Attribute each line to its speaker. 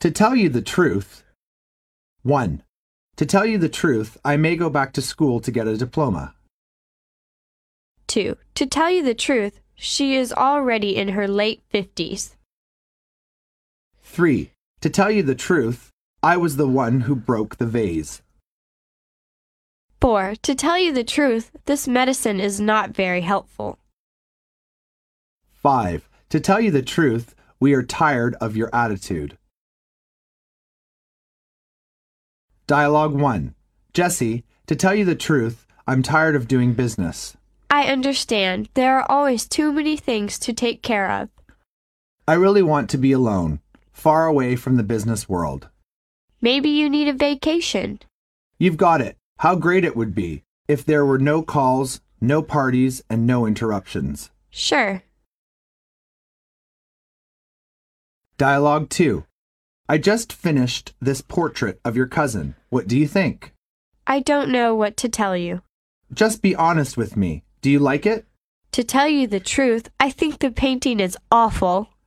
Speaker 1: To tell you the truth, 1. To tell you the truth, I may go back to school to get a diploma.
Speaker 2: 2. To tell you the truth, she is already in her late 50s.
Speaker 1: 3. To tell you the truth, I was the one who broke the vase.
Speaker 2: 4. To tell you the truth, this medicine is not very helpful.
Speaker 1: 5. To tell you the truth, we are tired of your attitude. Dialogue 1. Jesse, to tell you the truth, I'm tired of doing business.
Speaker 2: I understand there are always too many things to take care of.
Speaker 1: I really want to be alone, far away from the business world.
Speaker 2: Maybe you need a vacation.
Speaker 1: You've got it. How great it would be if there were no calls, no parties, and no interruptions.
Speaker 2: Sure.
Speaker 1: Dialogue 2. I just finished this portrait of your cousin. What do you think?
Speaker 2: I don't know what to tell you.
Speaker 1: Just be honest with me. Do you like it?
Speaker 2: To tell you the truth, I think the painting is awful.